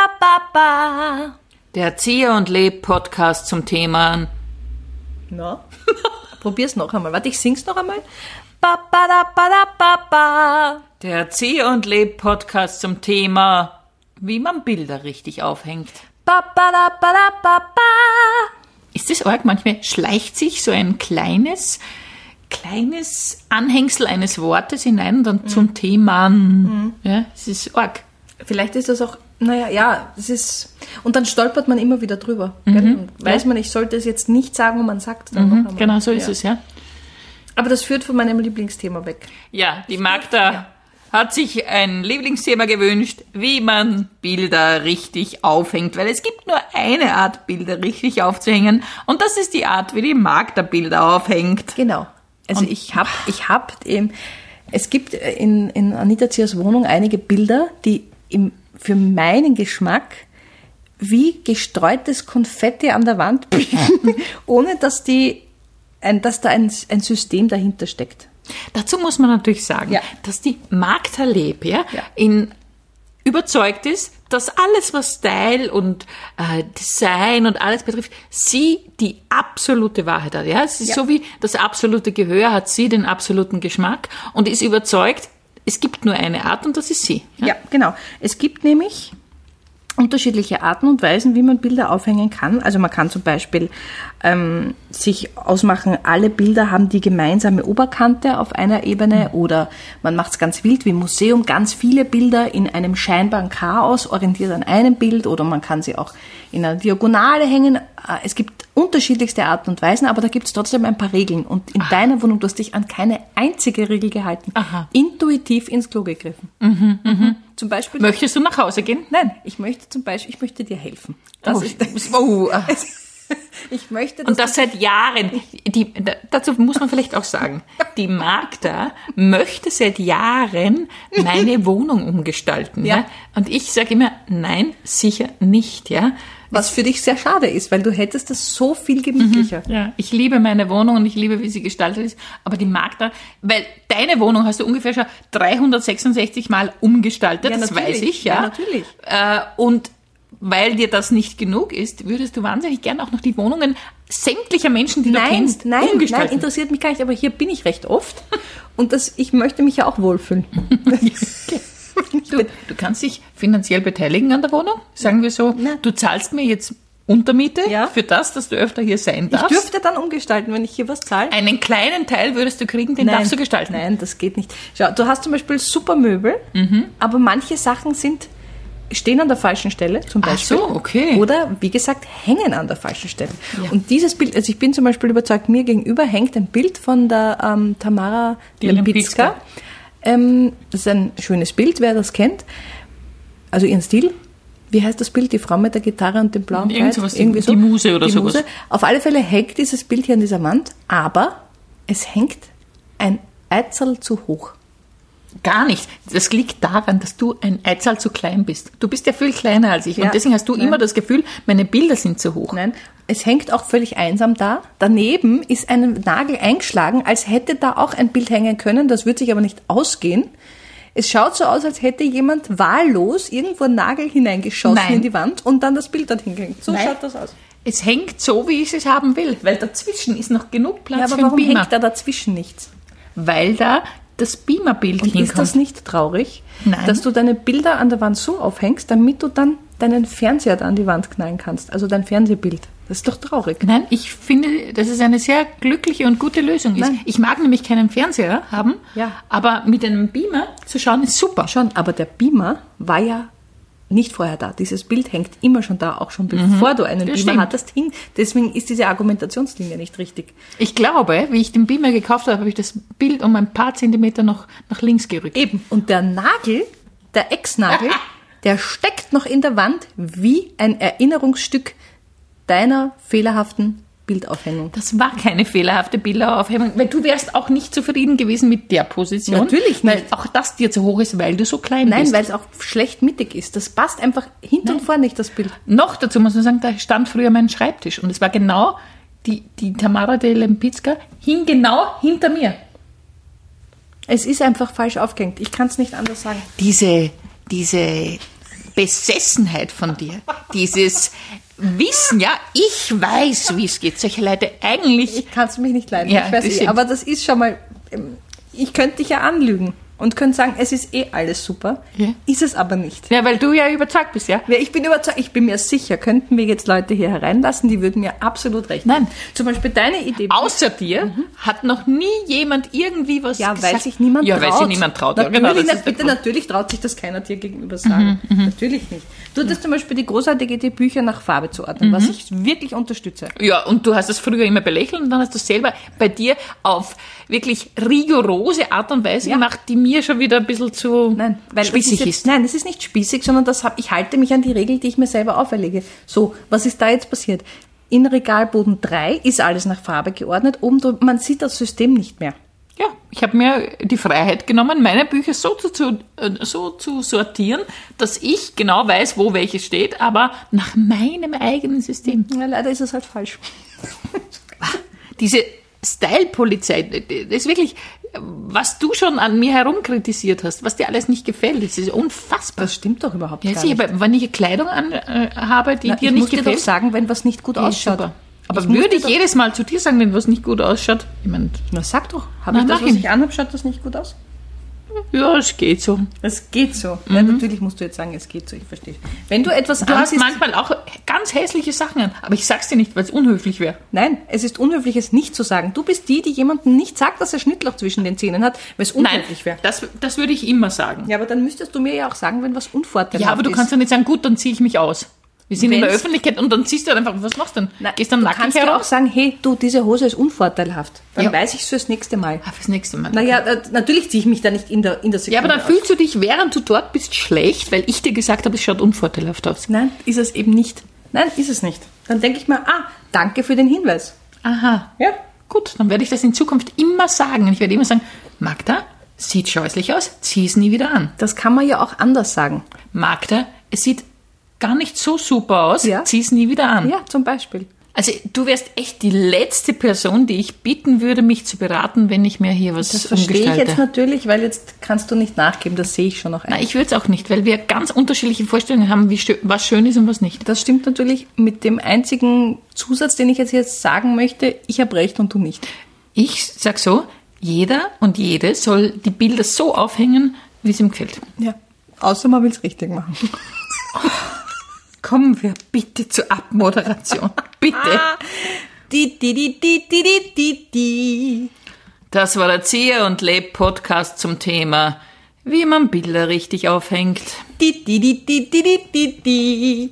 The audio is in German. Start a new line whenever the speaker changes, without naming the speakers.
Ba-ba-da-ba-da-ba-ba.
Der Ziehe und Leb Podcast zum Thema.
Na? Probier's noch einmal. Warte, ich sing's noch einmal. Ba-ba-da-ba-da-ba-ba.
Der Ziehe und Leb Podcast zum Thema, wie man Bilder richtig aufhängt.
Ba-ba-da-ba-da-ba-ba.
Ist das arg? Manchmal schleicht sich so ein kleines, kleines Anhängsel eines Wortes hinein und dann zum Thema.
Mhm.
Ja, es ist arg.
Vielleicht ist das auch, naja, ja, es ist. Und dann stolpert man immer wieder drüber. Gell? Und weiß man, ich sollte es jetzt nicht sagen und man sagt dann noch einmal.
Genau so ist
ja.
es, ja.
Aber das führt von meinem Lieblingsthema weg.
Ja, die Magda hat sich ein Lieblingsthema gewünscht, wie man Bilder richtig aufhängt, weil es gibt nur eine Art, Bilder richtig aufzuhängen und das ist die Art, wie die Magda Bilder aufhängt.
Genau. Also
Und-
ich habe, ich habe eben, es gibt äh, in, in Anita Ziers Wohnung einige Bilder, die im, für meinen Geschmack wie gestreutes Konfetti an der Wand bilden, ohne dass die, ein, dass da ein, ein System dahinter steckt.
Dazu muss man natürlich sagen,
Ja.
dass die Magda Leb ja,
Ja.
in überzeugt ist, dass alles, was Style und äh, Design und alles betrifft, sie die absolute Wahrheit hat. Ja? Es ist
Ja.
so wie das absolute Gehör hat sie den absoluten Geschmack und ist überzeugt, es gibt nur eine Art und das ist sie.
Ja, genau. Es gibt nämlich unterschiedliche Arten und Weisen, wie man Bilder aufhängen kann. Also man kann zum Beispiel ähm, sich ausmachen, alle Bilder haben die gemeinsame Oberkante auf einer Ebene
Mhm.
oder man macht es ganz wild wie im Museum, ganz viele Bilder in einem scheinbaren Chaos, orientiert an einem Bild oder man kann sie auch in einer Diagonale hängen. Äh, Es gibt unterschiedlichste Arten und Weisen, aber da gibt es trotzdem ein paar Regeln und in deiner Wohnung, du hast dich an keine einzige Regel gehalten.
Aha. Mhm,
Intuitiv ins Klo gegriffen. Zum Beispiel.
Möchtest du nach Hause gehen?
Nein, ich möchte zum Beispiel, ich möchte dir helfen. Das
Oh,
ist,
oh, ah.
ich möchte, dass
Und das seit Jahren. Die, da- dazu muss man vielleicht auch sagen, die Magda möchte seit Jahren meine Wohnung umgestalten. Ja.
Ja.
Und ich sage immer, nein, sicher nicht. Ja.
was für dich sehr schade ist, weil du hättest das so viel gemütlicher.
Ja, ich liebe meine Wohnung und ich liebe, wie sie gestaltet ist. Aber die Magda, weil deine Wohnung hast du ungefähr schon 366 Mal umgestaltet,
Ja,
das
natürlich.
weiß ich, ja.
Ja, natürlich.
Äh, und weil dir das nicht genug ist, würdest du wahnsinnig gern auch noch die Wohnungen sämtlicher Menschen, die du
Nein,
kennst,
nein, nein,
umgestalten.
interessiert mich gar nicht, aber hier bin ich recht oft und das, ich möchte mich ja auch wohlfühlen.
Du, du kannst dich finanziell beteiligen an der Wohnung, sagen wir so.
Na.
Du zahlst mir jetzt Untermiete
Ja.
für das, dass du öfter hier sein
Ich
darfst.
dürfte dann umgestalten, wenn ich hier was zahle.
Einen kleinen Teil würdest du kriegen, den darfst du gestalten.
Nein, das geht nicht. Schau, du hast zum Beispiel super Möbel, aber manche Sachen sind stehen an der falschen Stelle, zum
Ach
Beispiel.
so, okay.
Oder wie gesagt, hängen an der falschen Stelle. Und dieses Bild, also ich bin zum Beispiel überzeugt, mir gegenüber hängt ein Bild von der ähm, Tamara
Die
Lempicka.
Lempicka.
Ähm, das ist ein schönes Bild, wer das kennt. Also ihren Stil. Wie heißt das Bild? Die Frau mit der Gitarre und dem blauen
Irgend
Kleid?
sowas, die- die Muse oder
die
sowas.
Muse. Auf alle Fälle hängt dieses Bild hier an dieser Wand, aber es hängt ein Eizel zu hoch.
Gar nicht. Das liegt daran, dass du ein Eizahl zu klein bist. Du bist ja viel kleiner als ich.
Ja.
Und deswegen hast du
Nein.
immer das Gefühl, meine Bilder sind zu hoch.
Nein, es hängt auch völlig einsam da. Daneben ist ein Nagel eingeschlagen, als hätte da auch ein Bild hängen können. Das wird sich aber nicht ausgehen. Es schaut so aus, als hätte jemand wahllos irgendwo einen Nagel hineingeschossen
Nein.
in die Wand und dann das Bild dorthin gehängt. So
Nein.
schaut das aus.
Es hängt so, wie ich es haben will. Weil dazwischen ist noch genug Platz
Ja, aber
für ein
warum
Beamer.
hängt da dazwischen nichts?
Weil da das Beamer-Bild
Und ist
hinkommt.
das nicht traurig,
Nein.
dass du deine Bilder an der Wand so aufhängst, damit du dann deinen Fernseher da an die Wand knallen kannst? Also dein Fernsehbild. Das ist doch traurig.
Nein, ich finde, dass es eine sehr glückliche und gute Lösung ist.
Nein.
Ich mag nämlich keinen Fernseher haben,
Ja.
aber mit einem Beamer zu schauen ist super.
Schon, aber der Beamer war ja nicht vorher da. Dieses Bild hängt immer schon da, auch schon bevor du einen
Mhm. Das
Beamer
stimmt.
hattest. Hin. Deswegen ist diese Argumentationslinie nicht richtig.
Ich glaube, wie ich den Beamer gekauft habe, habe ich das Bild um ein paar Zentimeter noch nach links gerückt.
Eben. Und der Nagel, der Ex-Nagel, der steckt noch in der Wand wie ein Erinnerungsstück deiner fehlerhaften Bildaufhängung.
Das war keine fehlerhafte Bilderaufhebung, weil du wärst auch nicht zufrieden gewesen mit der Position.
Natürlich nicht.
Weil auch das dir zu hoch ist, weil du so klein
Nein,
bist.
weil es auch schlecht mittig ist. Das passt einfach hinten und vorne nicht, das Bild.
Noch dazu muss man sagen, da stand früher mein Schreibtisch und es war genau, die, die Tamara de Lempicka hing genau hinter mir.
Es ist einfach falsch aufgehängt. Ich kann es nicht anders sagen.
diese, diese Besessenheit von dir, dieses Wissen, ja, ich weiß, wie es geht. Solche Leute eigentlich,
Ich kann es mich nicht leiden,
Ja,
ich weiß
das
eh,
stimmt.
aber das ist schon mal, ähm, ich könnte dich ja anlügen und könnte sagen, es ist eh alles super,
Ja.
ist es aber nicht.
ja, weil du ja überzeugt bist, ja.
Ja, Ich bin überzeugt, ich bin mir sicher, könnten wir jetzt Leute hier hereinlassen, die würden mir absolut recht
Nein.
geben. Zum Beispiel deine Idee.
Außer dir hat noch nie jemand irgendwie was
ja,
gesagt.
weil sich niemand
ja,
traut.
weil sich niemand traut. Ja,
Natürlich,
genau, das
na-
ist der
bitte,
Grund. Mhm,
natürlich traut sich das keiner dir gegenüber sagen. Natürlich nicht. Du hattest zum Beispiel die großartige Idee, Bücher nach Farbe zu ordnen,
Mhm.
was ich wirklich unterstütze.
Ja, und du hast es früher immer belächelt und dann hast du es selber bei dir auf wirklich rigorose Art und Weise gemacht, die mir schon wieder ein bisschen zu
Nein, weil
spießig
das
ist.
jetzt, Nein, das ist nicht spießig, sondern das hab, ich halte mich an die Regel, die ich mir selber auferlege. So, was ist da jetzt passiert? In Regalboden 3 ist alles nach Farbe geordnet, oben drüber, man sieht das System nicht mehr.
Ja, ich habe mir die Freiheit genommen, meine Bücher so zu, zu, äh, so zu sortieren, dass ich genau weiß, wo welches steht, aber nach meinem eigenen System.
Na, leider ist es halt falsch.
Diese Style-Polizei, das ist wirklich, was du schon an mir herumkritisiert hast, was dir alles nicht gefällt, das ist unfassbar.
Das stimmt doch überhaupt
Ja,
gar
sicher,
nicht.
aber wenn ich Kleidung an, äh, habe, die
Na,
dir
ich
nicht
muss dir
gefällt,
doch sagen, wenn was nicht gut
Ja,
ausschaut.
super. Aber
muss
würde
dir
ich
doch-
jedes Mal zu dir sagen, wenn was nicht gut ausschaut? Ich mein,
Na, sag doch. Habe
Na,
ich das,
mach
was
ich.
ich anhabe, schaut das nicht gut aus?
ja, es geht so.
Es geht so. Ja, natürlich musst du jetzt sagen, es geht so, ich verstehe. Wenn du etwas
Mhm. Du hast
anziehst...
manchmal auch ganz hässliche Sachen an, aber ich sag's dir nicht, weil es unhöflich wäre.
Nein, es ist unhöflich, es nicht zu sagen. Du bist die, die jemandem nicht sagt, dass er Schnittloch zwischen den Zähnen hat, weil es
Nein,
unhöflich wäre.
das, das würde ich immer sagen. Ja,
Ja, aber dann müsstest du mir ja auch sagen, wenn was unvorteilhaft ist.
aber du kannst ja nicht sagen, gut, dann ziehe ich mich aus. Wir sind in der
Wenn's-
Öffentlichkeit und dann ziehst du halt einfach, was machst du denn?
Na,
Gehst dann
du
nackig
kannst ja auch
heraus?
sagen, hey, du, diese Hose ist unvorteilhaft. Dann
Ja.
weiß ich es fürs nächste Mal.
Ah, fürs nächste Mal.
Naja, äh, natürlich ziehe ich mich da nicht in der, in der Sekunde
ja, aber dann
aus.
fühlst du dich, während du dort bist, schlecht, weil ich dir gesagt habe, es schaut unvorteilhaft aus.
Nein, ist es eben nicht. Nein, ist es nicht. Dann denke ich mir, ah, danke für den Hinweis.
Aha.
Ja.
Gut, dann werde ich das in Zukunft immer sagen. Ich werde immer sagen, Magda, sieht scheußlich aus, zieh es nie wieder an.
Das kann man ja auch anders sagen.
Magda, es sieht gar nicht so super aus,
Ja.
zieh es nie wieder an.
Ja, zum Beispiel.
Also du wärst echt die letzte Person, die ich bitten würde, mich zu beraten, wenn ich mir hier was
Das verstehe ich
umgestalte.
jetzt natürlich, weil jetzt kannst du nicht nachgeben, das sehe ich schon noch ein.
Na, ich würde es auch nicht, weil wir ganz unterschiedliche Vorstellungen haben, wie schö was schön ist und was nicht.
Das stimmt natürlich mit dem einzigen Zusatz, den ich jetzt hier sagen möchte, ich habe recht und du nicht.
Ich sag so, jeder und jede soll die Bilder so aufhängen, wie es ihm gefällt.
Ja. Außer man will es richtig machen.
Kommen wir bitte zur Abmoderation. Bitte.
Di, di, di, di, di, di, di, di.
Das war der Zieher und Leb Podcast zum Thema, wie man Bilder richtig aufhängt.
Di, di, di, di, di, di, di, di.